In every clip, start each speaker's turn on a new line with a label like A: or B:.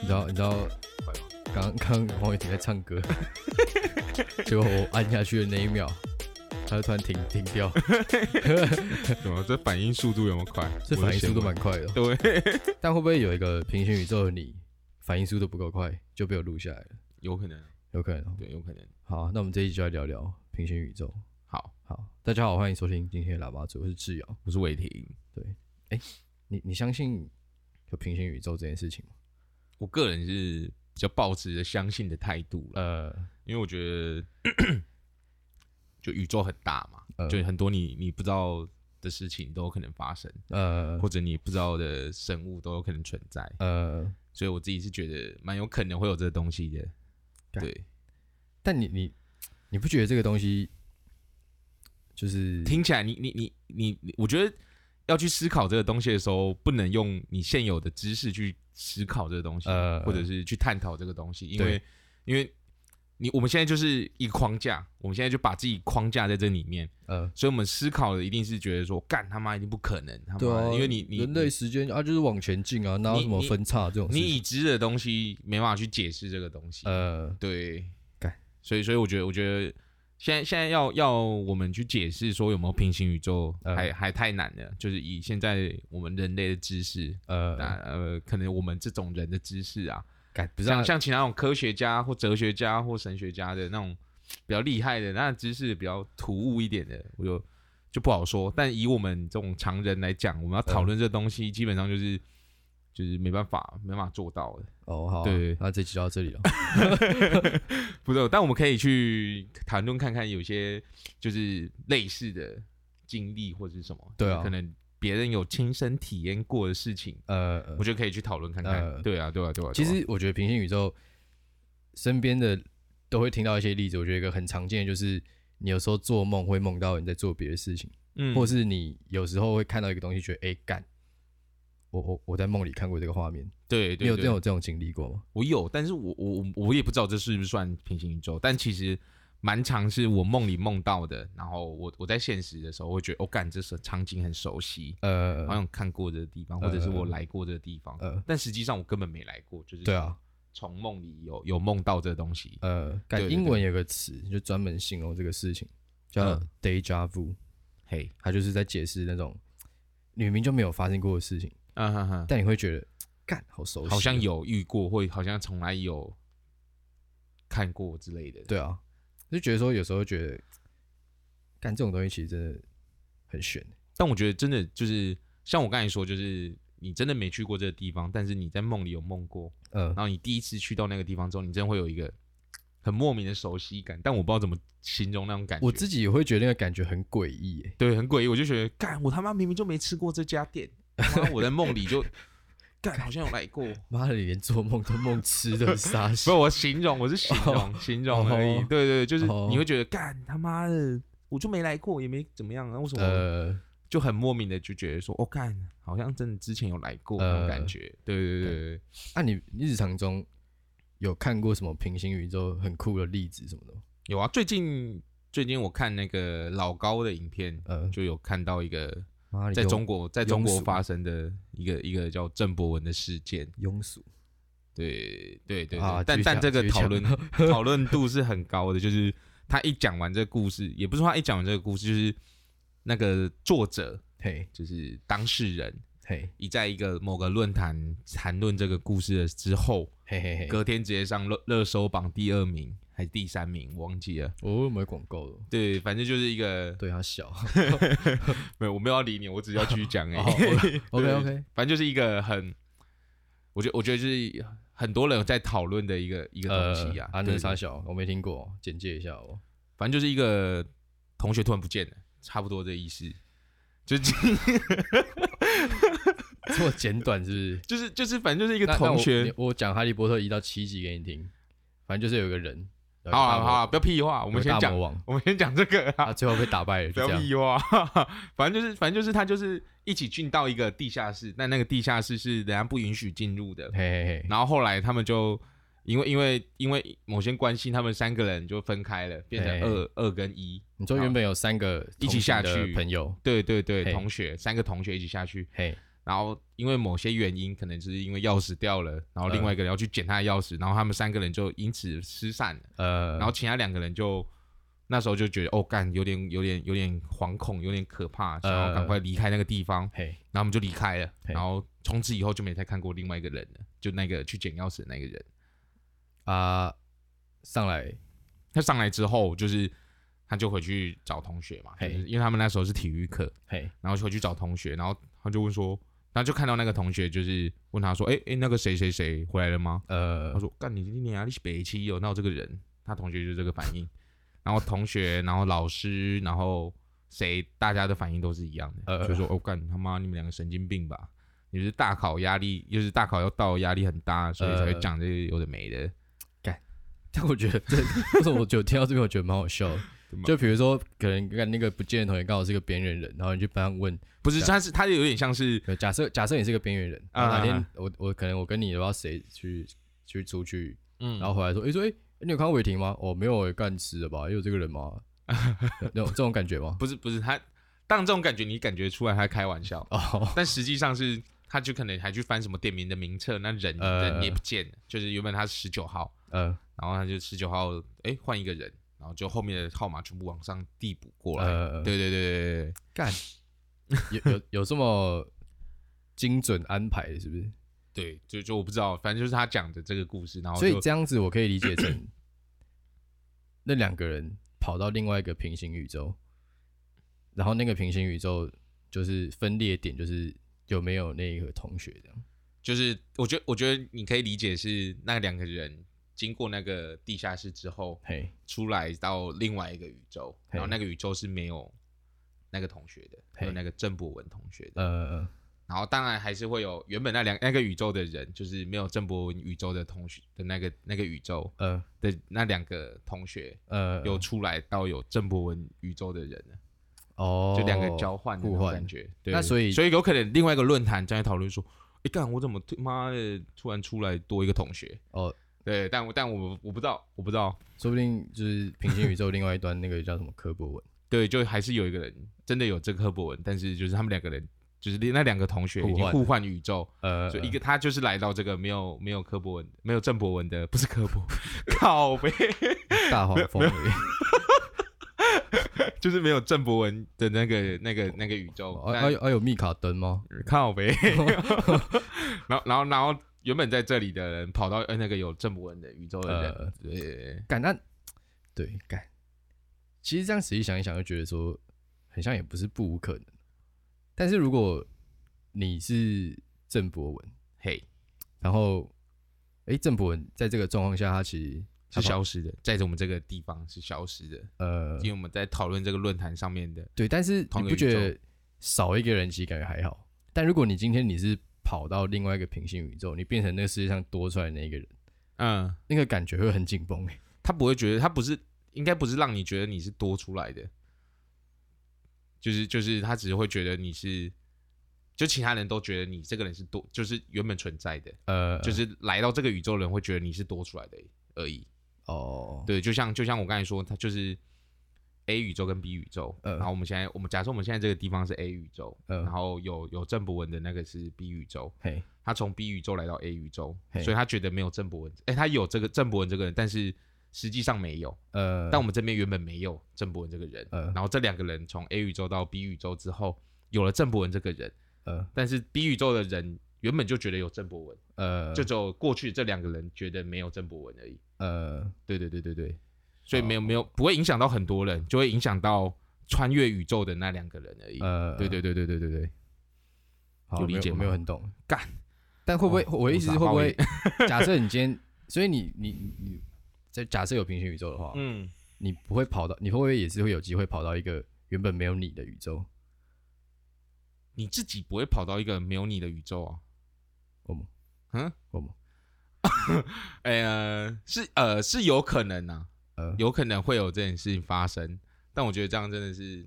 A: 你知道，你知道，刚刚黄伟霆在唱 歌，结果我按下去的那一秒，他就突然停停 掉，
B: 怎么啊这反应速度有没有快？
A: 这反应速度蛮快的。
B: 我的弦对，
A: 但会不会有一个平行宇宙的你，反应速度不够快，就被我录下来了？
B: 有可能，
A: 有可能哦。
B: 对，有可能。
A: 好，那我们这一集就来聊聊平行宇宙。
B: 好，
A: 好，大家好，欢迎收听今天的喇叭嘴，我是智瑶。
B: 我是伟霆，
A: 你你相信有平行宇宙这件事情吗？
B: 我个人是比较抱持着相信的态度了，
A: 呃，
B: 因为我觉得 就宇宙很大嘛，
A: 呃
B: 就很多你你不知道的事情都有可能发生，
A: 呃
B: 或者你不知道的生物都有可能存在，
A: 呃，
B: 所以我自己是觉得蛮有可能会有这个东西的。
A: 干
B: 对，
A: 但你你你不觉得这个东西就是
B: 听起来你你你你你，我觉得要去思考这个东西的时候，不能用你现有的知识去思考这个东西，
A: 呃
B: 或者是去探讨这个东西，因
A: 对
B: 为因为你我们现在就是一个框架，我们现在就把自己框架在这里面，
A: 呃，
B: 所以我们思考的一定是觉得说，干他妈一定不可能，他
A: 对
B: 妈
A: 啊，
B: 的，因为你你
A: 人类时间啊就是往前进啊，哪有
B: 你
A: 什么
B: 你
A: 分叉这种
B: 你
A: 事
B: 你
A: 情？
B: 已知的东西没办法去解释这个东西，
A: 呃，
B: 对，
A: 干
B: 所以所以我觉得我觉得。现在现在要要我们去解释说有没有平行宇宙，
A: 呃
B: 还还太难了。就是以现在我们人类的知识，那
A: 呃，
B: 呃，可能我们这种人的知识啊，
A: 感不是啊
B: 像像其他那种科学家或哲学家或神学家的那种比较厉害的，那知识比较突兀一点的，我就就不好说。但以我们这种常人来讲，我们要讨
A: 嗯
B: 论这东西，基本上就是就是没办法没办法做到的。
A: 哦，好啊，
B: 对
A: 那这集就到这 里了。
B: 不是，但我们可以去谈论看看，有些就是类似的经历或者是什么，
A: 对啊
B: 可能别人有亲身体验过的事情，
A: 呃，呃
B: 我觉得可以去讨论看看。
A: 呃
B: 对啊，对啊，对啊。对啊
A: 其实我觉得平行宇宙身边的都会听到一些例子，我觉得一个很常见的就是你有时候做梦会梦到你在做别的事情，
B: 嗯，
A: 或是你有时候会看到一个东西，觉得哎干、我我我在梦里看过这个画面，
B: 对对
A: 你有
B: 对，
A: 这种这种经历过吗？
B: 我有，但是我我我我也不知道这是不是算平行宇宙，但其实蛮常是我梦里梦到的，然后我我在现实的时候会觉得，哦，干，这是场景很熟悉，
A: 呃
B: 好像有看过这个地方，或
A: 嗯
B: 者是我来过这个地方，
A: 呃，
B: 但实际上我根本没来过，就是
A: 对啊，
B: 从梦里有有梦到这个东西，
A: 呃，干
B: 对对
A: 英文有个词就专门形容这个事情，叫
B: 嗯
A: deja vu，、
B: 嘿，
A: 它就是在解释那种你明明就没有发生过的事情，
B: 嗯哼哼，
A: 但你会觉得干好熟悉，
B: 好像有遇过，或好像从来有看过之类的，
A: 对啊，就觉得说有时候觉得，干这种东西其实真的很悬。
B: 但我觉得真的就是像我刚才说，就是你真的没去过这个地方，但是你在梦里有梦过。
A: 嗯
B: 然，后你第一次去到那个地方之后，你真的会有一个很莫名的熟悉感，但我不知道怎么形容那种感觉。
A: 我自己也会觉得那个感觉很诡异耶。
B: 对很诡异，我就觉得，干，我他妈明明就没吃过这家店，然后我在梦 里就干，好像有来过。
A: 妈的，连做梦都梦吃的杀
B: 不是
A: 手。
B: 我形容，我是形容形容而已。
A: 哦
B: 对对，就是
A: 哦
B: 你会觉得，干他妈的，我就没来过，也没怎么样，然后啊为什么
A: 呃，
B: 就很莫名的就觉得说，哦，干，好像真的之前有来过那种
A: 呃
B: 感觉。对对对对对，
A: 那、你日常中有看过什么平行宇宙很酷的例子什么的吗？
B: 有啊。最近最近我看那个老高的影片，
A: 呃，
B: 就有看到一个
A: 妈你
B: 在
A: 给我
B: 中国在中国
A: 庸俗
B: 发生的一个一个叫郑博文的事件，
A: 庸俗
B: 对对对
A: 啊
B: 对，但
A: 继续
B: 但
A: 讲
B: 这个
A: 继续
B: 讨
A: 讲
B: 论讨论度是很高的，就是他一讲完这个故事，也不是说他一讲完这个故事，就是那个作者
A: 嘿
B: 就是当事人，
A: 嘿
B: 一在一个某个论坛谈论这个故事的之后，
A: 嘿嘿嘿，
B: 隔天直接上热热搜榜第二名还是第三名，我忘记了。
A: 我有没有广告了？
B: 对，反正就是一个
A: 对他笑。
B: 没有，我没有要理你，我只是要继续讲而已。
A: 哦 OK OK，
B: 反正就是一个很，我觉得我觉得就是很多人有在讨论的一个一个
A: 呃
B: 东西啊，，
A: 啊，
B: 对
A: 那
B: 对
A: 傻小我没听过，简介一下哦。
B: 反正就是一个同学突然不见了，差不多这意思。就
A: 这么简短是不是？
B: 就是就是，反正就是 一个
A: 那那
B: 同
A: 我
B: 学
A: 你。我讲《哈利波特》一到七集给你听，反正就是有一个人，有一个
B: 好
A: 大
B: 啊
A: 魔
B: 好啊，不要屁话，我
A: 有
B: 们
A: 一个
B: 先
A: 大
B: 讲
A: 魔，王，
B: 我们先讲这 个啊，
A: 他最后被打败了，
B: 不
A: 就
B: 要
A: 这样。
B: 屁话。 反正就是反正就是他就是一起进到一个地下室，但那个地下室是人家不允许进入的
A: 嘿。嘿嘿，
B: 然后后来他们就因为因为因为某些关系，他们三个人就分开了，变成
A: 嘿
B: 二二跟一。
A: 你说原本有三个
B: 一起下
A: 同行的
B: 去
A: 朋友，
B: 对对对，
A: 嘿
B: 同学三个同学一起下去，
A: 嘿，
B: 然后因为某些原因，可能就是因为钥匙掉了，然后另
A: 嗯
B: 外一个人要去捡他的钥匙，然后他们三个人就因此失散了。
A: 呃，
B: 然后其他两个人就那时候就觉得，哦，干有点有点有点惶恐，有点可怕，想要赶快离开那个地方。
A: 嘿，
B: 然后我们就离开了，
A: 嗯嘿
B: 然后从此以后就没再看过另外一个人了，就那个去捡钥匙的那个人。
A: 啊、上来，
B: 他上来之后，就是他就回去找同学嘛，就
A: 嘿
B: 是因为他们那时候是体育课，
A: 嘿，
B: 然后就回去找同学，然后他就问说，然后就看到那个同学就是问他说，哎、哎、那个谁谁谁回来了吗？
A: 呃
B: 他，说：“干你你啊娘，你是北七有闹这个人。”他同学就是这个反应，然后同学，然后老师，然后谁，大家的反应都是一样的，
A: 呃
B: 就说：“哦，干你他妈，你们两个神经病吧！你们是大考压力，就是大考要到，压力很大，所以才会
A: 呃
B: 讲这些有的没的。
A: 但我觉得这，为什么我觉得听到这边我觉得蛮好 笑的
B: 对吗？
A: 就比如说，可能跟那个不见的同学刚好是一个边缘人，然后你去帮他问，
B: 不是，
A: 对
B: 他是他有点像是
A: 呃假设假设你是个边缘人，然后
B: 啊
A: 哪
B: 啊
A: 天
B: 啊
A: 我我可能我跟你不知道谁去去出去，
B: 嗯，
A: 然后回来说，诶，说诶，你有看过伟霆吗？哦，没有，诶干死了吧？有这个人吗？ 那种这种感觉吗？
B: 不是不是他，当这种感觉你感觉出来他开玩笑，
A: 哦，
B: 但实际上是他就可能还去翻什么店名的名册，那人、
A: 呃
B: 人也不见了，就是原本他是十九号。”
A: 呃
B: 然后他就十九号，哎，换一个人，然后就后面的号码全部往上递补过来。
A: 呃，
B: 对对对对对对，
A: 干，有有有这么精准安排的，是不是？
B: 对，就就我不知道，反正就是他讲的这个故事，然后
A: 所以
B: 就
A: 这样子我可以理解成， 那两个人跑到另外一个平行宇宙，然后那个平行宇宙就是分裂点，就是有没有那一个同学这样？
B: 就是我觉得我觉得你可以理解是那两个人经过那个地下室之后
A: 嘿，
B: 出来到另外一个宇宙，
A: 嘿
B: 然后那个宇宙是没有那个同学的，
A: 嘿
B: 没有那个郑博文同学的。
A: 呃，
B: 然后当然还是会有原本那两那个宇宙的人，就是没有郑博文宇宙的同学的那个那个宇宙
A: 呃，
B: 的那两个同学，
A: 呃，
B: 有出来到有郑博文宇宙的人了，
A: 哦，
B: 就两个交换的那
A: 互
B: 种
A: 换
B: 感觉。对
A: 那所以
B: 所以有可能另外一个论坛正在讨论说，哎、干我怎么他妈的突然出来多一个同学？
A: 哦，
B: 对，但我但我我不知道，我不知道，
A: 说不定就是平行宇宙另外一端那个叫什么科博文，
B: 对，就还是有一个人真的有这个赫伯文，但是就是他们两个人。就是那两个同学已
A: 互
B: 经
A: 换
B: 互换宇宙，
A: 呃，
B: 所以一个他就是来到这个没有没有柯博文没有郑博文的，不是柯博， 靠呗，
A: 呃大黄蜂而 已。
B: 就是没有郑博文的那个那个那个宇宙。
A: 哦，
B: 但
A: 啊有啊有密卡登吗？
B: 靠 呗。然后然后然后原本在这里的人跑到呃那个有郑博文的宇宙的人，
A: 呃
B: 对，
A: 感那对感，其实这样仔细想一想，就觉得说，很像也不是不无可能。但是如果你是郑博文，
B: 嘿
A: 然后，诶，郑博文在这个状况下，他其实
B: 是
A: 他跑
B: 消失的，在我们这个地方是消失的，
A: 呃
B: 因为我们在讨论这个论坛上面的，
A: 对，但是
B: 同
A: 你
B: 一个
A: 不觉
B: 宇
A: 得少一个人其实感觉还好？但如果你今天你是跑到另外一个平行宇宙，你变成那个世界上多出来的那一个人，
B: 嗯，
A: 那个感觉会很紧绷诶。欸
B: 他不会觉得他不是应该不是让你觉得你是多出来的，就是就是他只是会觉得你是。就其他人都觉得你这个人是多，就是原本存在的，
A: 呃，
B: 就是来到这个宇宙的人会觉得你是多出来的而已。
A: 哦，
B: 对，就像就像我刚才说，它就是 A 宇宙跟 B 宇宙，
A: 呃
B: 然后我们现在我们假设我们现在这个地方是 A 宇宙，
A: 呃
B: 然后有有郑博文的那个是 B 宇宙，
A: 嘿，
B: 他从 B 宇宙来到 A 宇宙，
A: 嘿
B: 所以他觉得没有郑博文，哎、他有这个郑博文这个人，但是实际上没有，
A: 呃，
B: 但我们这边原本没有郑博文这个人，
A: 呃
B: 然后这两个人从 A 宇宙到 B 宇宙之后，有了郑博文这个人，
A: 呃
B: 但是 B 宇宙的人原本就觉得有郑博文，
A: 呃，
B: 就只有过去这两个人觉得没有郑博文而已。
A: 呃。
B: 对对对对对，哦所以没有没有不会影响到很多人，就会影响到穿越宇宙的那两个人而已。
A: 呃，
B: 对对对对对对对，
A: 好，
B: 有
A: 我
B: 理
A: 没有
B: 解
A: 我没有
B: 吗
A: 很懂，
B: 干，
A: 但会不会、
B: 哦
A: 我的意思
B: 我
A: 是会
B: 傻
A: 不
B: 爆
A: 会假设你今 天，所以你你你你在假设有平行宇宙的话，
B: 嗯，
A: 你不会跑到，你会不会也是会有机会跑到一个原本没有你的宇宙？
B: 你自己不会跑到一个没有你的宇宙啊？
A: 我们
B: 嗯，
A: 我们
B: 哎、呃，是呃是有可能啊，
A: 呃
B: 有可能会有这件事情发生，但我觉得这样真的是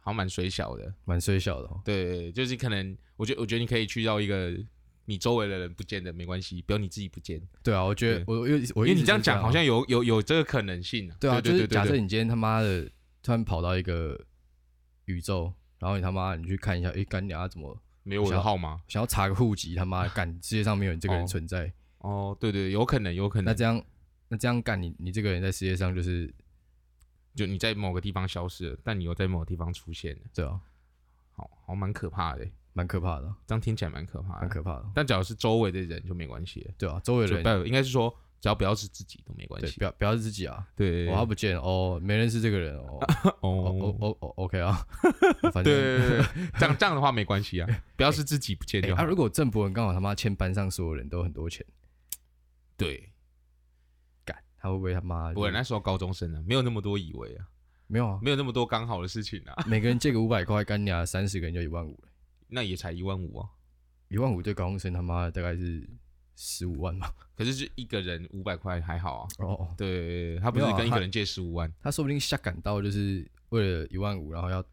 B: 好像蛮水小的。
A: 蛮衰小的哦，
B: 对，就是可能，我觉得我觉得你可以去到一个你周围的人不见的没关系，不要你自己不见，
A: 对啊，我觉得我我又我
B: 因
A: 一
B: 为你
A: 直
B: 这样
A: 是
B: 讲
A: 啊
B: 好像有有有这个可能性啊。
A: 对啊，
B: 对
A: 就是
B: 对对
A: 假
B: 对
A: 设你今天他妈的突然跑到一个宇宙，然后你他妈你去看一下，诶，干你啊怎么
B: 没有我的
A: 想
B: 号码。
A: 想要查个户籍，他妈的干，世界上没有你这个人
B: 哦
A: 存在。
B: 哦，对对，有可能，有可
A: 那
B: 能，
A: 这样，那这样干你，你这个人在世界上就是
B: 就你在某个地方消失了，但你又在某个地方出现了，
A: 对啊，
B: 好，好像蛮可怕的欸，
A: 蛮可怕的啊，
B: 这样听起来蛮可怕
A: 蛮
B: 的。
A: 可怕的啊，
B: 但只要是周围的人就没关系了，
A: 对啊，周围
B: 就
A: 人
B: 不要应该是说只要不要是自己都没关
A: 对，
B: 系
A: 不。要不要是自己啊，
B: 对，
A: 我他不见哦，没认识这个人哦，哦哦
B: 哦，
A: 哦哦，OK 啊，反正
B: 对对对，对这样这样的话没关系 啊，不要是自己不见
A: 哎、
B: 就
A: 啊，
B: 好。
A: 如果郑博文刚好他妈欠班上所有人都很多钱，
B: 对，
A: 干他会不会他妈就
B: 我那时候高中生啊，没有那么多以为啊，
A: 没有啊？
B: 没有那么多刚好的事情啊，
A: 每个人借个五百块，干你啊，三十个人就一万五了，
B: 那也才一万五啊。
A: 一万五对高中生他妈的大概是十五万吧？
B: 可是就一个人五百块还好啊。
A: 哦哦，
B: 对，他不是
A: 没有啊
B: 跟一
A: 他
B: 个人借十五万，
A: 他说不定下赶到就是为了一万五，然后要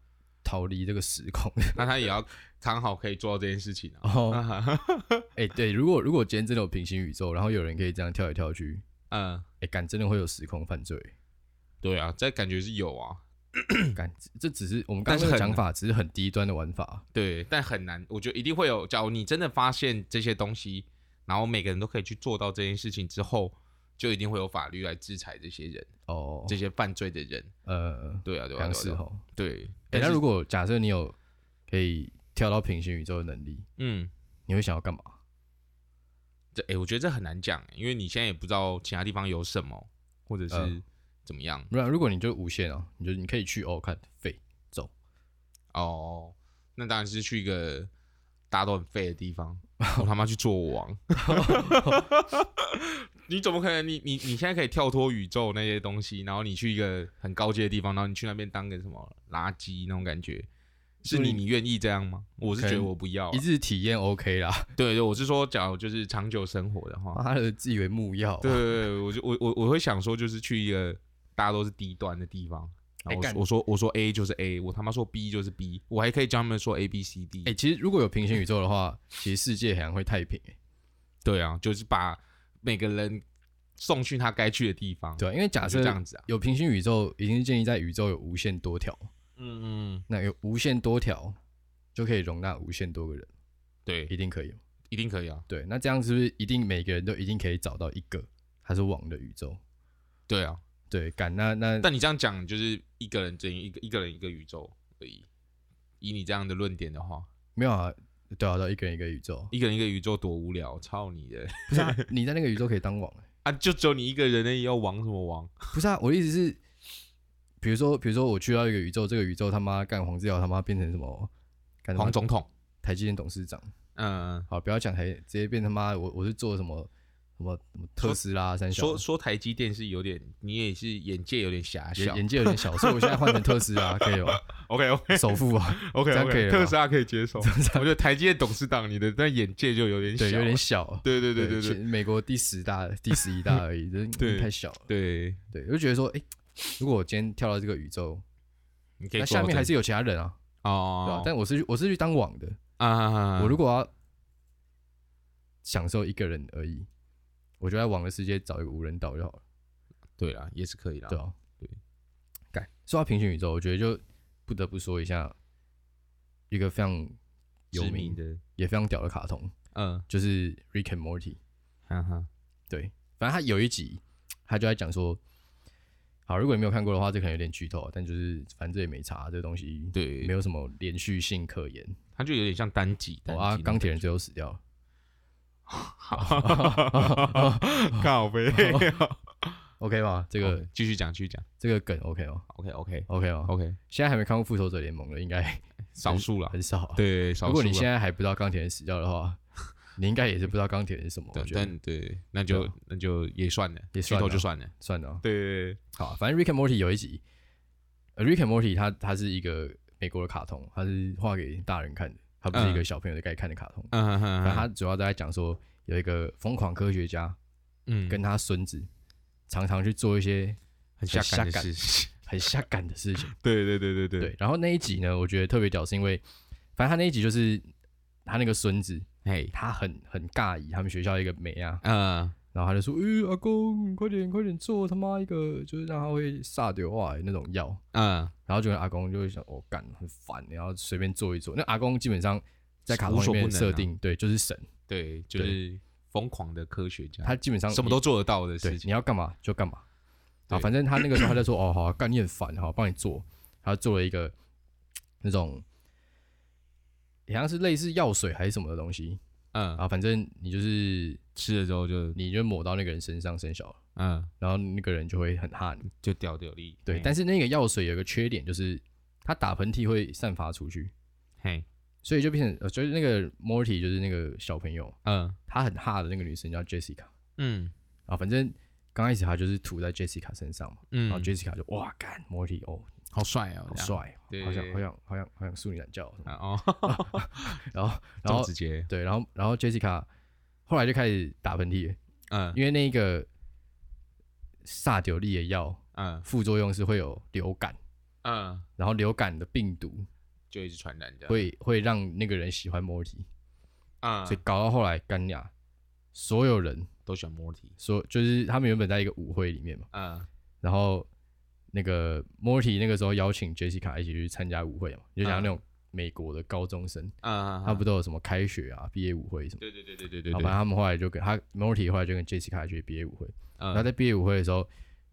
A: 逃离这个时 空。
B: 那他也要刚好可以做到这件事情啊。
A: 哦，哎、对，如果如果今天真的有平行宇宙，然后有人可以这样跳来跳去，
B: 嗯，
A: 哎、干真的会有时空犯罪。
B: 对啊，这感觉是有啊，
A: 干，这只是我们刚
B: 但是
A: 刚的
B: 很
A: 讲法，只是很低端的玩法。
B: 对，但很难，我觉得一定会有。假如你真的发现这些东西，然后每个人都可以去做到这件事情之后，就一定会有法律来制裁这些人，
A: 哦，
B: 这些犯罪的人。
A: 呃，
B: 对啊，对啊，
A: 好像
B: 对
A: 是
B: 啊
A: 哦。
B: 对。
A: 哎、
B: 但
A: 那
B: 是
A: 如果假设你有可以跳到平行宇宙的能力，
B: 嗯，
A: 你会想要干嘛？
B: 这哎、我觉得这很难讲，因为你现在也不知道其他地方有什么，或者是
A: 嗯
B: 怎么样。
A: 不然如果你就无限哦，你就你可以去哦，看废走，
B: 哦，那当然是去一个大家都很废的地方，我他妈去做王。 你怎么可能？你你你现在可以跳脱宇宙那些东西，然后你去一个很高阶的地方，然后你去那边当个什么垃圾那种感觉，是你
A: 对
B: 你愿意这样吗？我是觉
A: 可
B: 得
A: 能
B: 我不要啊、
A: 一日体验 OK 啦。
B: 对对，我是说，假如就是长久生活的话，
A: 妈的，自以为木啊药、
B: 对，对对，我就我我我会想说，就是去一个大家都是低端的地方。然
A: 哎
B: 后
A: 干
B: 我说我说我说 A 就是 A，我他妈说 B 就是 B，我还可以教他们说 A B C D。
A: 哎、其实如果有平行宇宙的话，其实世界好像会太平、欸，
B: 对啊，就是把每个人送去他该去的地方。
A: 对、啊，因为假
B: 就
A: 设
B: 这样子啊，
A: 有平行宇宙，一定是建议在宇宙有无限多条，
B: 嗯嗯，
A: 那有无限多条就可以容纳无限多个人，
B: 对，
A: 一定可以吗。
B: 一定可以啊，
A: 对，那这样是不是一定每个人都一定可以找到一个他是王的宇宙？
B: 对啊。
A: 对，敢那那
B: 但你这样讲，就是一个人整一个一个人一个宇宙而已。以你这样的论点的话，
A: 没有啊，对啊，对啊一个人一个宇 宙，
B: 一个人一个宇宙多无聊，操你的
A: 不是啊，你在那个宇宙可以当王、欸，
B: 啊！就只有你一个人而已，要王什么王？
A: 不是啊，我的意思是，比如说比如说我去到一个宇宙，这个宇宙他妈干黄志尧他妈变成什么？干他妈
B: 黄总统，
A: 台积电董事长，
B: 嗯、
A: 好，不要讲台，直接变他妈我我是做什么什么什么特斯拉三小
B: 说，说台积电是有点，你也是眼界有点狭
A: 眼
B: 小。
A: 眼界有点小，所以我现在换成特斯 拉可以吗？
B: OK OK
A: 首富啊，
B: OK
A: 这样可以
B: OK，
A: 了
B: 特
A: 吧
B: 斯拉可以接受。我觉得台积电董事长你的那眼界就有点小
A: 对，
B: 了，
A: 有点小。
B: 对对对对对
A: 全美国第十大、第十一大而已，真
B: 对
A: 太小了。
B: 对，
A: 对，我就觉得说，哎、如果我今天跳到这个宇宙，
B: 你可以
A: 那
B: 做
A: 下
B: 到
A: 面
B: 这
A: 还是有其他人啊，对吧、
B: 哦，
A: 但我是去我是去当网的，
B: 啊，
A: 我如果要享受一个人而已，我就在网的世界找一个无人岛就好了，
B: 对啦，也是可以啦。
A: 对吧、啊？
B: 对，
A: 改说到平行宇宙，我觉得就不得不说一下一个非常有
B: 知
A: 名
B: 名的，
A: 也非常屌的卡通，
B: 嗯，
A: 就是《Rick and Morty》。
B: 哈哈，
A: 对，反正他有一集，他就在讲说，好，如果你没有看过的话，这可能有点剧透，啊但就是反正这也没差，这个东西
B: 对
A: 没，有什么连续性可言。
B: 他就有点像单集，
A: 哦
B: 单
A: 啊，
B: 集
A: 钢铁人最后死掉了，
B: 那种 靠背，哦
A: OK 吧？这
B: 这
A: 个、
B: 个哦继续讲，继续讲
A: 这个梗 OK 吗
B: OK OK
A: ？OK 吗
B: OK，
A: 现在还没看过《复仇者联盟》的，应该
B: 少数啦，
A: 很少啊。，
B: 对，少
A: 如
B: 数
A: 果
B: 啦。
A: 你现在还不知道钢铁人死掉的 话，你应该也是不知道钢铁人是什么。我
B: 对
A: 觉得
B: 但对，那就
A: 对啊
B: 那就也算了，
A: 也
B: 剧
A: 算
B: 透
A: 了
B: 就算了。
A: 算了啊，
B: 对，
A: 好啊，反正《Rick and Morty》有一集，呃《Rick and Morty》它它是一个美国的卡通，它是画给大人看的，它不是一个
B: 嗯
A: 小朋友该看的卡通。
B: 嗯哼哼
A: 反正它
B: 哼，
A: 主要都在讲说，有一个疯狂科学家
B: 嗯，
A: 跟他孙子常常去做一些很
B: 很下
A: 下
B: 感的
A: 感
B: 事。
A: 很下感的事情。
B: 对对对对
A: 对，，然后那一集呢，我觉得特别屌，是因为反正他那一集就是他那个孙子，
B: 嘿，
A: 他很很尬异，他们学校一个美啊，
B: 嗯，
A: 然后他就说：“呃、阿公，你快点快点做他妈一个，就是让他会撒掉话的那种药。”
B: 嗯，
A: 然后就跟阿公就会想，我、哦、干很烦，然后随便做一做。那阿公基本上在卡通里面
B: 无所不能啊
A: 设定，对，就是神，
B: 对，就是疯狂的科学家，
A: 他基本上
B: 什么都做得到的
A: 对
B: 事，情。
A: 你要干嘛就干嘛。啊，
B: 对
A: 反正他那个时候他就说，哦，好，干你很烦，好，帮你做。他做了一个那种，好像是类似药水还是什么的东西
B: 嗯，
A: 啊，反正你就是
B: 吃了之后就
A: 你就抹到那个人身上生效了，
B: 嗯
A: 然后那个人就会很汗。
B: 就掉掉力。
A: 对，
B: 嘿
A: 但是那个药水有个缺点，就是它打喷嚏会散发出去，
B: 嘿
A: 所以就变成呃，就是那个 Morty 就是那个小朋友，
B: 嗯
A: 她很哈的那个女生叫 Jessica
B: 嗯
A: 啊，反正刚开始她就是涂在 Jessica 身上嘛，然后
B: 嗯，
A: Jessica 就哇干 Morty 哦，
B: 好帅哦，
A: 好
B: 这样
A: 帅哦，
B: 对
A: 好想好想好想好想素女懒觉哦，
B: 啊哦，
A: 然后
B: 这
A: 然
B: 么
A: 后
B: 直接，
A: 对，然后然后 Jessica 后来就开始打喷嚏了，
B: 嗯
A: 因为那个萨丢利的药
B: 嗯
A: 副作用是会有流感，
B: 嗯，
A: 然后流感的病毒
B: 就一直传染这样。
A: 会会让那个人喜欢 Morty，
B: 啊
A: 所以搞到后来干雅所有人
B: 都喜欢 Morty。
A: 所就是他们原本在一个舞会里面嘛。
B: 嗯
A: 然后那个 Morty 那个时候邀请 Jessica 一起去参加舞会嘛，就
B: 啊
A: 讲那种美国的高中生，
B: 嗯，
A: 他不都有什么开学啊、毕业舞会什么？
B: 对对对对对对
A: 好
B: 对
A: 吧，，他们后来就跟他 Morty 后来就跟 Jessica 去毕业舞会，然后
B: 嗯
A: 在毕业舞会的时候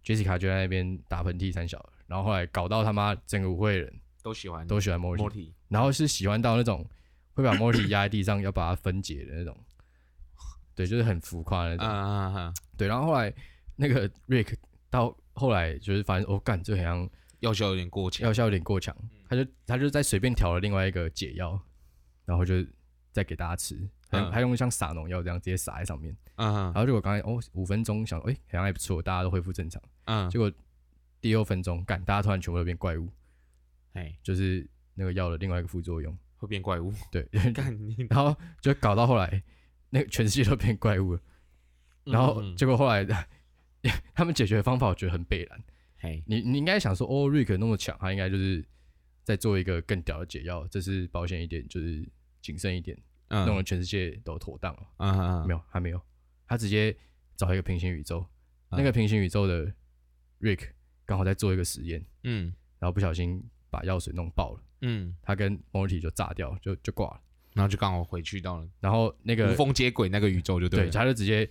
A: ，Jessica 就在那边打喷嚏三小，然后后来搞到他妈整个舞会的人
B: 都喜欢
A: 都喜欢 Morty，
B: Morty。
A: 然后是喜欢到那种会把 Morty 压在地上要把它分解的那种，对，就是很浮夸的那
B: 嗯
A: 种。
B: 嗯嗯，
A: 对，然后后来那个 Rick 到后来就是发现，哦，干，这好像
B: 药效有点过强。
A: 药效有点过强，
B: 嗯
A: 他就他就再随便调了另外一个解药，然后就再给大家吃，还用
B: 嗯
A: 还用像撒农药这样直接撒在上面，
B: 嗯
A: 然后结果刚才哦五分钟想哎、好像还不错，大家都恢复正常，
B: 嗯
A: 结，果第六分钟干大家突然全部都变怪物，
B: 哎，
A: 就是那个药的另外一个副作用，
B: 会变怪 物。
A: 对，
B: 干你！
A: 然后就搞到后来那个全世界都变怪物了，然后
B: 嗯嗯
A: 结果后来 他们解决的方法我觉得很北然。
B: 嘿，
A: 你你应该想说，哦，Rick 那么强，他应该就是在做一个更屌的解药，这是保险一点，就是谨慎一点，
B: 嗯
A: 弄得全世界都妥当了。
B: 嗯嗯
A: 没
B: 嗯
A: 有，还没有，他直接找一个平行宇宙，
B: 嗯
A: 那个平行宇宙的 Rick 刚好在做一个实验，
B: 嗯
A: 然后不小心把药水弄爆了，
B: 嗯，
A: 他跟 Morty 就炸掉，就就挂了。
B: 然后就刚好回去到了
A: 然后那
B: 无
A: 个
B: 缝接轨那个宇宙，就
A: 对，
B: 了。
A: 他就直接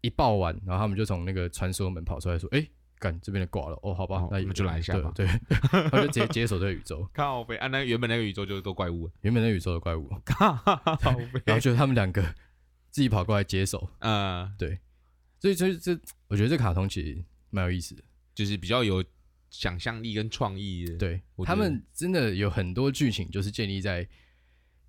A: 一爆完，然后他们就从那个传说门跑出来，说：“哎、干这边的挂了，哦，好吧，
B: 哦
A: 那
B: 我们就来一下吧
A: 对，对他就直接解锁这个宇宙。
B: 靠北啊！那原本那个宇宙就是都怪物了，
A: 原本的宇宙的怪物，
B: 靠
A: 然后
B: 北。
A: 就他们两个 自己跑过来接手，
B: 呃，
A: 所以所以这我觉得这卡通其实蛮有意思的。
B: 就是比较有想象力跟创意的。
A: 对
B: 我觉
A: 他
B: 得
A: 们真的有很多剧情就是建立在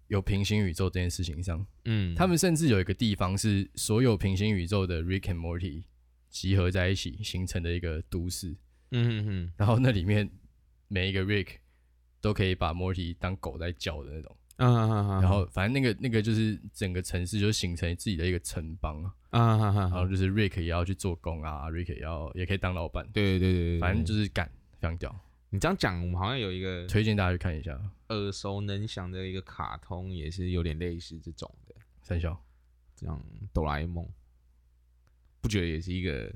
A: 有平行宇宙这件事情上。
B: 嗯，
A: 他们甚至有一个地方是所有平行宇宙的 Rick and Morty 集合在一起形成的一个都市，
B: 嗯嗯
A: 然后那里面每一个 Rick 都可以把 Morty 当狗在叫的那种。
B: 嗯嗯嗯，
A: 然后反正那个那个就是整个城市就形成自己的一个城邦啊。
B: 嗯嗯嗯
A: 然后
B: 嗯，
A: 就是 Rick 也要去做工啊，Rick 也要也可以当老板，
B: 对对对对，
A: 反正
B: 就
A: 就是干非常屌，
B: 你这样讲，我们好像有一个
A: 推荐大家去看一下。
B: 耳熟能详的一个卡通，也是有点类似这种的，
A: 三小
B: 这样哆啦 A 梦，不觉得也是一个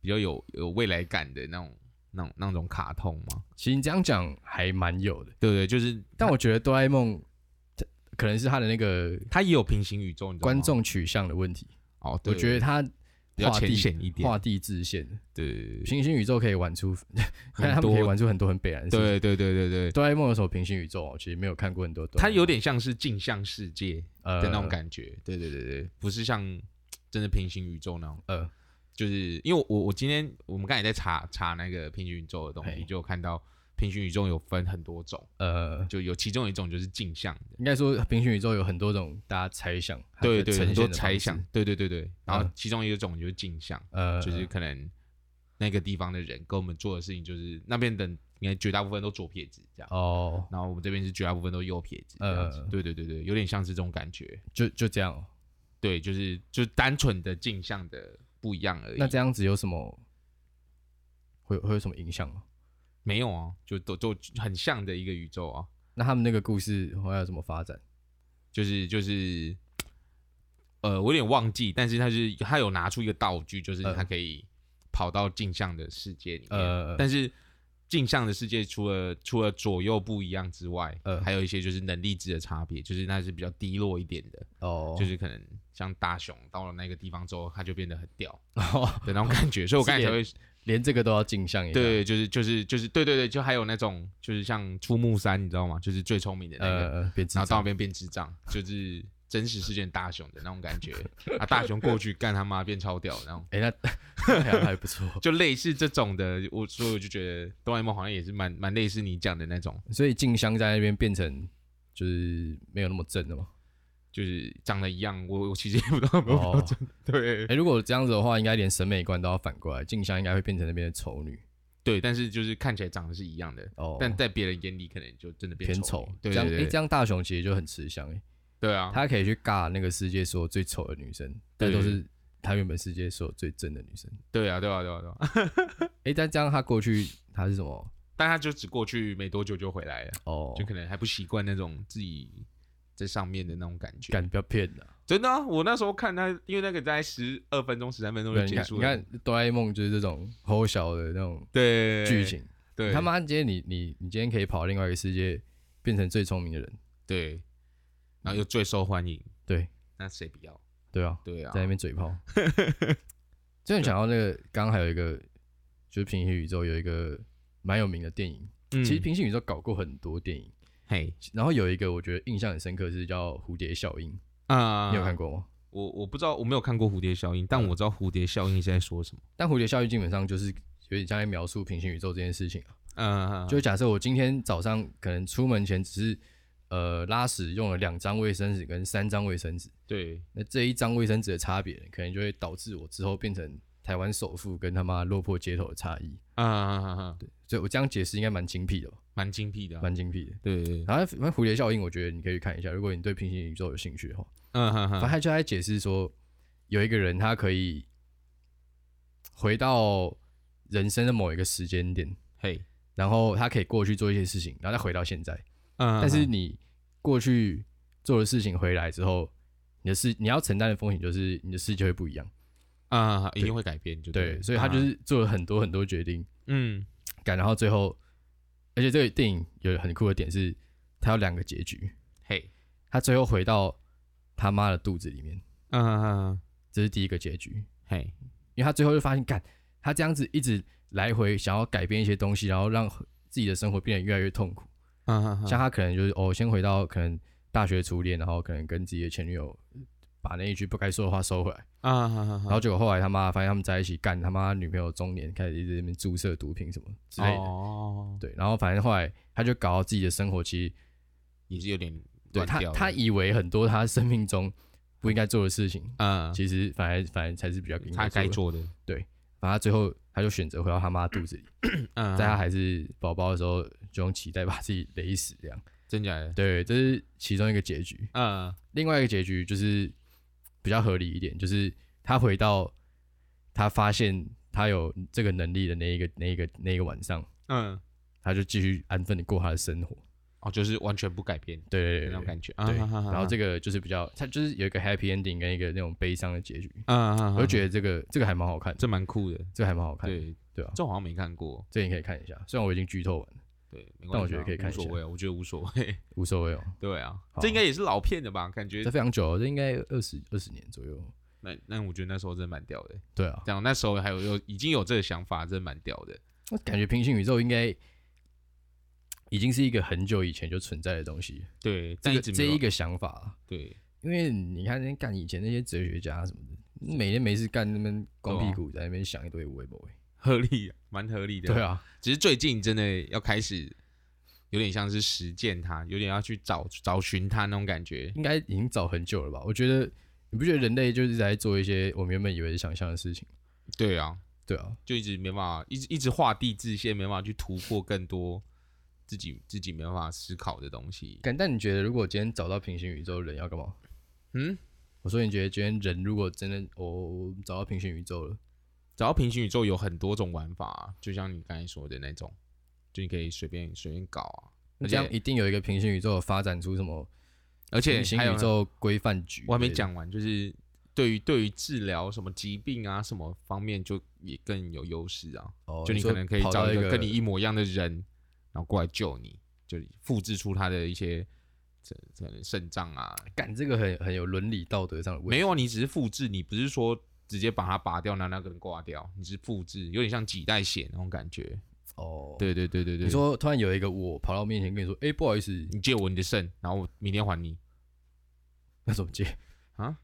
B: 比较有有未来感的那种那种那种卡通吗？
A: 其实你这样讲还蛮有的，
B: 对不对？就是
A: 但我觉得哆啦 A 梦它可能是他的那个
B: 它也有平行宇宙，你知道吗
A: 观众取向的问题，
B: 哦，对
A: 我觉得他
B: 比较
A: 画
B: 浅
A: 地
B: 显一点，
A: 画地自限，
B: 对对
A: 平行宇宙可以玩出，
B: 很
A: 他们可以
B: 多
A: 玩出很多很北然的事情。
B: 对对对对对，
A: 哆啦 A 梦有什么平行宇宙？哦我其实没有看过很多哆啦 A 梦，
B: 它有点像是镜像世界
A: 呃
B: 的那种感觉，对对对对，不是像真的平行宇宙那种，
A: 呃，
B: 就是因为我我今天我们刚才在查查那个平行宇宙的东
A: 嘿
B: 西，就有看到平行宇宙有分很多种，
A: 呃，
B: 就有其中一种就是镜像的，
A: 应该说平行宇宙有很多种大家猜想，它
B: 对
A: 的
B: 对，
A: 呈现
B: 很多
A: 的
B: 猜
A: 方
B: 想
A: 式，，
B: 对对对对，然后
A: 嗯
B: 其中一种就是镜像，
A: 呃，
B: 就是可能那个地方的人跟我们做的事情，就是那边的应该绝大部分都左撇子这样。
A: 哦，
B: 然后我们这边是绝大部分都右撇子，这样子
A: 呃，
B: 对对对对，有点像是这种感觉，
A: 就就这样哦、
B: 对，就是就是单纯的镜像的不一样而已。
A: 那这样子有什么会会有什么影响吗？
B: 没有啊，就都都很像的一个宇宙啊，
A: 那他们那个故事后来有什么发展？
B: 就是就是，呃，我有点忘记，但是他是他有拿出一个道具，就是
A: 呃
B: 他可以跑到镜像的世界里面，
A: 呃
B: 但是镜像的世界除了除了左右不一样之外，
A: 呃
B: 还有一些就是能力值的差别，就是那是比较低落一点的，
A: 哦，
B: 就是可能像大雄到了那个地方之后，他就变得很屌
A: 哦，
B: 的那种感觉，所以我刚才才会
A: 连啊这个都要镜像一下，
B: 对，就是就是就是对对对，就还有那种就是像出木山，你知道吗？就是最聪明的那个，
A: 呃，呃变智
B: 然后到那
A: 障，
B: 边变智障，就是真实事件大雄的那种感觉， 啊，大雄过去干他妈变超屌，然后
A: 哎，那那好像 还不错。
B: 就类似这种的，我所以我就觉得哆啦 A 梦好像也是蛮蛮类似你讲的那种，
A: 所以静香在那边变成就是没有那么正了嘛。
B: 就是长得一样，我我其实也不知道有没有标
A: 哦，
B: 准，对
A: 哎，如果这样子的话，应该连审美观都要反过来，静香应该会变成那边的丑女
B: 对，但是就是看起来长得是一样的。
A: 哦，
B: 但在别人眼里，可能就真的变
A: 偏
B: 丑
A: 丑
B: 了。。
A: 这
B: 对
A: 样
B: 对
A: 哎，
B: 对，
A: 这样大雄其实就很吃香哎，
B: 对啊，
A: 他可以去尬那个世界所有最丑的女生，但都
B: 对
A: 是他原本世界所有最正的女生。
B: 对啊，对啊，对啊，对啊。
A: 哎，但这样他过去他是什么？
B: 但他就只过去没多久就回来了。
A: 哦
B: 就，可能还不习惯那种自己在上面的那种感觉。
A: 敢不要骗了。
B: 真的、啊，我那时候看他，因为那个大概十二分钟、十三分钟就
A: 对，你
B: 结
A: 看，
B: 束
A: 你
B: 了。
A: 看哆啦 A 梦就是这种齁小的那种
B: 对
A: 剧，情。
B: 对
A: 他妈，今天你你你今天可以跑到另外一个世界，变成最聪明的人，
B: 对，然后又最受欢迎，
A: 对
B: 那谁不要？
A: 对啊，
B: 对啊
A: 在，那边嘴 炮。就很想到那个，刚刚还有一个，就是平行宇宙有一个蛮有名的电影。
B: 嗯
A: 其实平行宇宙搞过很多电影，
B: 嘿
A: 然后有一个我觉得印象很深刻是叫《蝴蝶效应》，
B: 啊，
A: 你有看？过嗯吗？
B: 我我不知道，我没有看过《蝴蝶效应》，但我知道《蝴蝶效应》是在说什么。
A: 但《蝴蝶效应》基本上就是有点像在描述平行宇宙这件事情啊。
B: 嗯，
A: 就假设我今天早上可能出门前只是呃拉屎用了两张卫生纸跟三张卫生纸，
B: 对
A: 那这一张卫生纸的差别，可能就会导致我之后变成台湾首富跟他妈落魄街头的差异。
B: 啊，对，
A: 所以我这样解释应该蛮精辟的吧？
B: 蛮精辟的啊。
A: 蛮精辟的。
B: 对对，对
A: 然后反正蝴蝶效应，我觉得你可以去看一下，如果你对平行宇宙有兴趣的话，
B: 嗯哼
A: 反正
B: 哼，
A: 他就在解释说，有一个人他可以回到人生的某一个时间点，
B: 嘿，
A: 然后他可以过去做一些事情，然后再回到现在。
B: 嗯，
A: 但是你过去做的事情回来之后，你的事你要承担的风险就是你的世界会不一样。
B: 啊，一定会改变，就
A: 对，
B: 了
A: 所以他就
B: 啊
A: 是做了很多很多决定，
B: 嗯，
A: 改，然后最后，而且这个电影有很酷的点是，它有两个结局，
B: 嘿，
A: 他最后回到他妈的肚子里面，
B: 嗯哼哼，
A: 这是第一个结局，
B: 嘿，
A: 因为他最后就发现，干他这样子一直来回想要改变一些东西，然后让自己的生活变得越来越痛苦。
B: 嗯哼哼，
A: 像他可能就是哦，先回到可能大学初恋，然后可能跟自己的前女友把那一句不该说的话收回来，
B: 啊，哈哈哈
A: 然后结果后来他妈发现他们在一起干，他妈女朋友中年开始一直在那边注射毒品什么之类的。
B: 哦，
A: 对，然后反正后来他就搞到自己的生活，其实
B: 也是有点
A: 对
B: 乱
A: 他
B: 掉了
A: 他以为很多他生命中不应该做的事情，
B: 嗯，
A: 其实反而反而才是比较应
B: 他
A: 该
B: 该
A: 的。
B: 做的，
A: 反正他最后他就选择回到他妈肚子里，
B: 嗯，
A: 在他还是宝宝的时候就用脐带把自己勒死，这样。
B: 真假的，
A: 对，这是其中一个结局。
B: 嗯
A: 另外一个结局就是比较合理一点，就是他回到他发现他有这个能力的那一个那一个那一个晚上，
B: 嗯，
A: 他就继续安分的过他的生活。
B: 哦，就是完全不改变
A: 对对对
B: 那
A: 对
B: 种
A: 对
B: 感觉，啊
A: 对，然后这
B: 个，
A: 个就是比较，它就是有一个 happy ending 跟一个那种悲伤的结局，
B: 嗯嗯，
A: 我就觉
B: 得
A: 得这个这个还蛮好看，
B: 这蛮酷的，
A: 这个还蛮好看，
B: 对，
A: 对啊，
B: 这我好像没看过，
A: 这个你可以看一下，虽然我已经剧透完了，
B: 对，没关系啊
A: 但我觉得可以看一
B: 无
A: 下
B: 所谓啊，我觉得无所谓，
A: 无所谓哦，
B: 对啊，
A: 好
B: 这应该也是老片的吧？感觉
A: 这非常久了，哦这应该二十二十年左右，
B: 那那我觉得那时候真的蛮屌的，
A: 对啊，
B: 这样那时候还有有已经有这个想法，真的蛮屌的，
A: 我感觉平行宇宙应该已经是一个很久以前就存在的东西，
B: 对，
A: 这
B: 但一
A: 个
B: 直
A: 这
B: 没有
A: 一个想法啊，
B: 对
A: 因为你看那些干以前那些哲学家什么的，每天没事干那边光屁股在
B: 啊
A: 那边想一堆微博，
B: 合理，蛮合理的，
A: 对啊，
B: 只是最近真的要开始有点像是实践它，有点要去找找寻它那种感觉。
A: 应该已经早很久了吧？我觉得你不觉得人类就是在做一些我们原本以为想象的事情？
B: 对啊，
A: 对啊，
B: 就一直没办法，一直一直画地自限，没办法去突破更多自己自己没办法思考的东西。
A: 但但你觉得如果今天找到平行宇宙，人要干嘛？
B: 嗯，
A: 我说你觉得今天人如果真的我、我找到平行宇宙了，
B: 找到平行宇宙有很多种玩法啊、就像你刚才说的那种，就你可以随便随便搞啊，而
A: 那
B: 且
A: 这样一定有一个平行宇宙发展出什么
B: 而且
A: 平行
B: 还有
A: 宇宙规范局？
B: 我还没，讲完，就是对于对于治疗什么疾病啊什么方面就也更有优势啊。
A: 哦，
B: 就你
A: 说
B: 可能可以
A: 跑
B: 找
A: 到
B: 一
A: 一
B: 个跟你一模一样的人，然后过来救你，就复制出他的一些这可能肾脏啊，
A: 干这个很很有伦理道德上的问题。
B: 没有啊，你只是复制，你不是说直接把它拔掉，拿那个人挂掉，你是复制，有点像脐带血那种感觉。
A: 哦，，
B: 对对对对对，
A: 你说突然有一个我跑到我面前跟你说，哎，不好意思，
B: 你借我你的肾，然后我明天还你，
A: 那怎么接？
B: 呃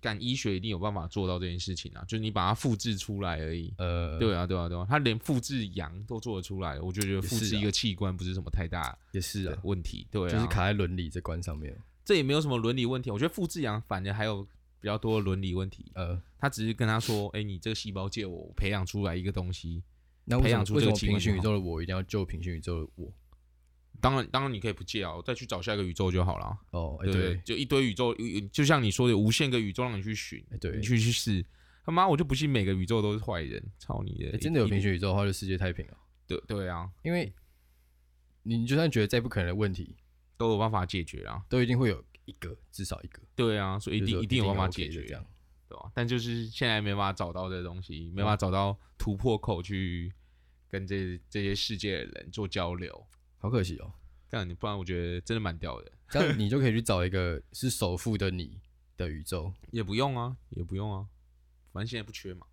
B: 干医学一定有办法做到这件事情啊，就是你把它复制出来而已。
A: 呃，，
B: 对啊，对啊，对啊，他连复制羊都做得出来，我就觉得复
A: 是
B: 制
A: 啊
B: 一个器官不是什么太大
A: 也是
B: 的
A: 啊，
B: 问题，对啊，
A: 就是卡在伦理这关上面。
B: 这也没有什么伦理问题，我觉得复制羊反而还有比较多的伦理问题。
A: 呃，
B: 他只是跟他说：“哎、你这个细胞借我，我培养出来一个东西。
A: 那为
B: 培
A: 什
B: 养
A: 么
B: 出
A: 为什
B: 这个
A: 么
B: 器官
A: 平行
B: 就
A: 宇宙的我一定要救平行宇宙的我？
B: 当然，当然你可以不借啊，我再去找下一个宇宙就好了。啊
A: 哦，哎
B: 对不对，
A: 对，
B: 就一堆宇宙，呃就像你说的，无限个宇宙让你去寻，
A: 哎对
B: 你去去试。他妈，我就不信每个宇宙都是坏人，操你的！
A: 哎真的有
B: 一定
A: 平行宇宙的话，就世界太平了。
B: 对对啊，
A: 因为你就算觉得再不可能的问题，
B: 都有办法解决啊，
A: 都一定会有一个，至少一个，
B: 对啊，所以一
A: 就是
B: 定
A: 说
B: 定有办法
A: OK
B: 解
A: 的
B: 决，
A: 这样。
B: 对吧、但就是现在没办法找到这东西，没办法
A: 嗯
B: 找到突破口去跟这这些世界的人做交流。
A: 好可惜哦，
B: 但你不然我觉得真的蛮屌的，
A: 这样你就可以去找一个是首富的你的宇 宙，
B: 也不用啊，也不用啊，反正现在不 缺嘛。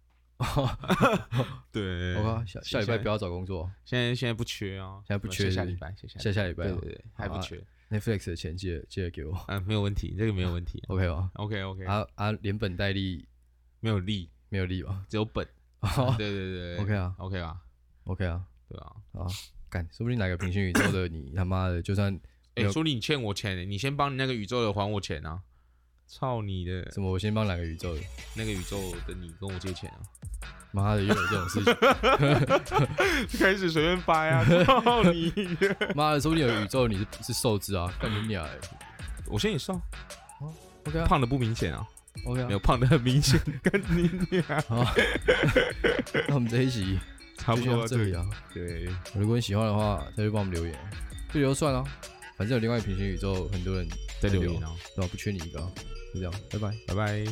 B: 对
A: 好吧？下下礼拜不
B: 要，
A: 要找工作
B: 现在现在不缺啊，
A: 现在不缺
B: 我们
A: 是
B: 下
A: 不
B: 礼
A: 是
B: 拜，下
A: 下下礼拜
B: 对
A: 啊
B: 对对，还
A: 好
B: 不
A: 啊
B: 缺，
A: ，Netflix 的钱记得记得给我
B: 啊，没有问题，这个没有问题。啊
A: ，OK 吗？
B: OK OK，
A: 啊啊，连本带利
B: 没有利，
A: 没有利 吧
B: 只有本。对对对
A: 哦？OK 啊
B: OK 啊，
A: ，OK 啊，
B: 对啊。
A: 啊，干，说不定哪个平行宇宙的你他妈的，就算没
B: 哎，
A: 有
B: 说你欠我钱欸，你先帮你那个宇宙的还我钱啊！操你的！
A: 什么我先帮哪个宇宙的，
B: 那个宇宙的你跟我借钱啊！
A: 妈的又有这种事情，
B: 开始随便掰 啊！操你！
A: 妈的，说不定有个宇宙你是是受制啊，干你俩欸
B: 我先也瘦，
A: ，OK 啊
B: 胖的不明显啊，
A: ，OK 啊
B: 没有，胖的很明显， 跟你俩
A: 好，那我们这一集
B: 差
A: 就
B: 不
A: 先
B: 多
A: 到
B: 到
A: 这
B: 这
A: 里
B: 里。
A: 啊。
B: 对，
A: 如果你喜欢的话，再去帮我们留言，不留就算了，反正有另外一个平行宇宙，很多人
B: 再
A: 留
B: 留
A: 言
B: 言哦，
A: 对吧？不缺你一个啊，就这样，拜拜。
B: 拜拜。